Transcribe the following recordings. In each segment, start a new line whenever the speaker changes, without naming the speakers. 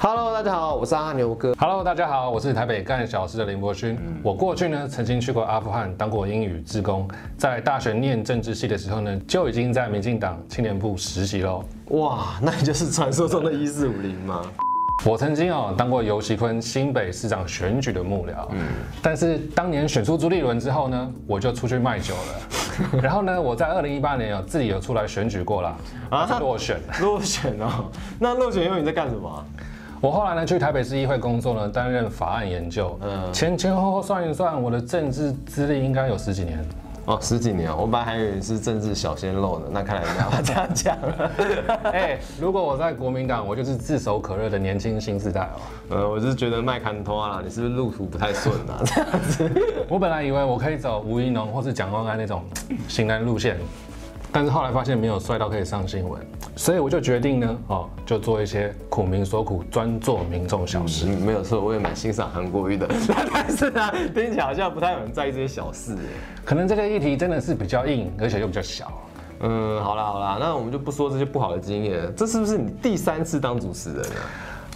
Hello，大家好，我是阿牛哥。
Hello，大家好，我是台北干小事的林柏勋。我过去呢曾经去过阿富汗当过英语志工，在大学念政治系的时候呢，就已经在民进党青年部实习喽。
哇，那你就是传说中的一四五零吗？
我曾经哦当过尤其坤新北市长选举的幕僚，但是当年选出朱立伦之后呢，我就出去卖酒了。然后呢，我在二零一八年哦有自己有出来选举过啦，
啊
啊，是落选。
落选哦，那落选以后你在干什么啊？
我后来呢去台北市议会工作呢，担任法案研究。
嗯
前前后后算一算，我的政治资历应该有十几年。
哦，十几年，我本来还以为你是政治小鲜肉呢，那看来你要这样讲了。
哎、如果我在国民党，我就是炙手可热的年轻新时代哦。
呃，我是觉得麦坎托啊啦，你是不是路途不太顺啊？这样子。
我本来以为我可以走吴怡农或是蒋万安那种型男路线，但是后来发现没有帅到可以上新闻，所以我就决定呢，哦，就做一些苦民所苦，专做民众小事。
嗯，没有错，我也蛮欣赏韩国瑜的， 但是呢，听起来好像不太有人在意这些小事耶。
可能这个议题真的是比较硬，而且又比较小。
嗯，好啦好啦，那我们就不说这些不好的经验了。这是不是你第三次当主持人啊？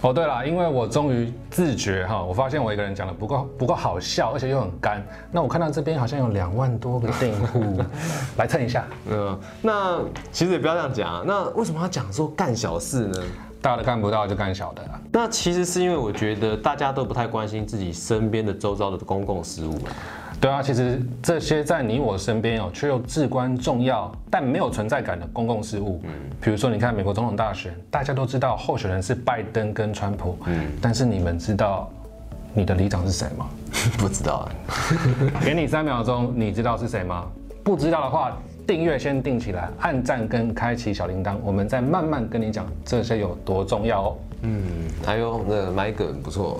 哦，对了，因为我终于自觉哈，我发现我一个人讲的不够不够好笑，而且又很干。那我看到这边好像有两万多个订户， 来蹭一下。
嗯，那其实也不要这样讲啊。那为什么要讲说干小事呢？
大的干不到就干小的啦。
那其实是因为我觉得大家都不太关心自己身边的周遭的公共事务啊。
对啊，其实这些在你我身边哦，却又至关重要但没有存在感的公共事务，比如说你看美国总统大选，大家都知道候选人是拜登跟川普，但是你们知道你的里长是谁吗？
不知道啊，
给你三秒钟，你知道是谁吗？不知道的话，订阅先订起来，按赞跟开启小铃铛，我们再慢慢跟你讲这些有多重要哦。
哎呦，那个麦梗不错。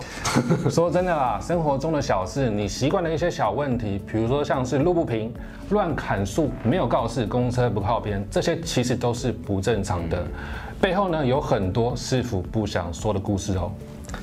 说真的啦，生活中的小事，你习惯的一些小问题，比如说像是路不平、乱砍树、没有告示、公车不靠边，这些其实都是不正常的。背后呢有很多市府不想说的故事哦。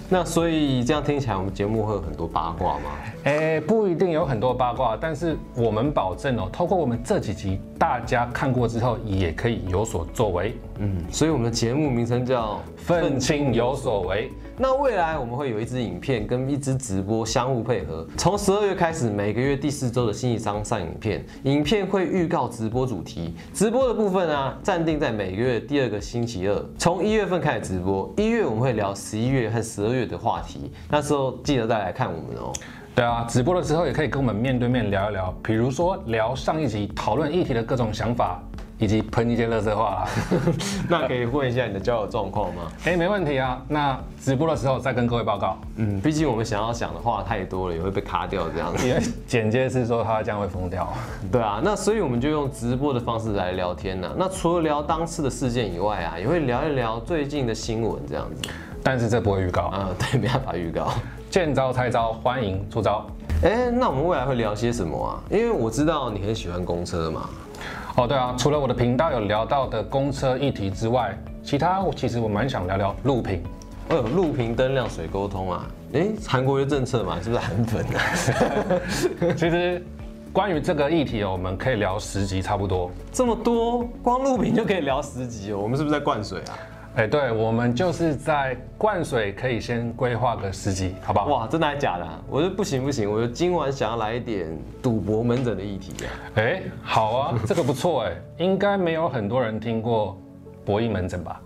那所以这样听起来，我们节目会有很多八卦吗？
哎，不一定有很多八卦，但是我们保证哦，透过我们这几集，大家看过之后也可以有所作为，
嗯，所以我们的节目名称叫
愤青有所为。
那未来我们会有一支影片跟一支直播相互配合，从十二月开始，每个月第四周的星期三上影片，影片会预告直播主题，直播的部分啊，暂定在每个月第二个星期二，从一月份开始直播，一月我们会聊十一月和十二月的话题，那时候记得再来看我们哦。
对啊，直播的时候也可以跟我们面对面聊一聊，比如说聊上一集讨论议题的各种想法，以及喷一些垃圾话啦。
那可以问一下你的交友状况吗？
哎，没问题啊。那直播的时候再跟各位报告，
嗯，毕竟我们想要讲的话太多了，也会被卡掉这样子。
因为简介是说他这样会疯掉。
对啊，那所以我们就用直播的方式来聊天呐、那除了聊当次的事件以外啊，也会聊一聊最近的新闻这样子。
但是这不会预告，
啊、 对，没办法预告。
见招拆招，欢迎出招。
哎，那我们未来会聊些什么啊？因为我知道你很喜欢公车嘛。
哦，对啊，除了我的频道有聊到的公车议题之外，其他我其实我蛮想聊聊路评。
哦，有路平灯亮水沟通啊。哎，韩国的政策嘛，是不是韩粉啊？
其实关于这个议题哦，我们可以聊十集差不多。
这么多，光路平就可以聊十集哦。我们是不是在灌水啊？
哎，对，我们就是在灌水，可以先规划个十集，好不好？
哇，真的还假的、啊？我说不行不行，我就今晚想要来一点赌博门诊的议题啊。
哎，好啊，这个不错哎，应该没有很多人听过博弈门诊吧？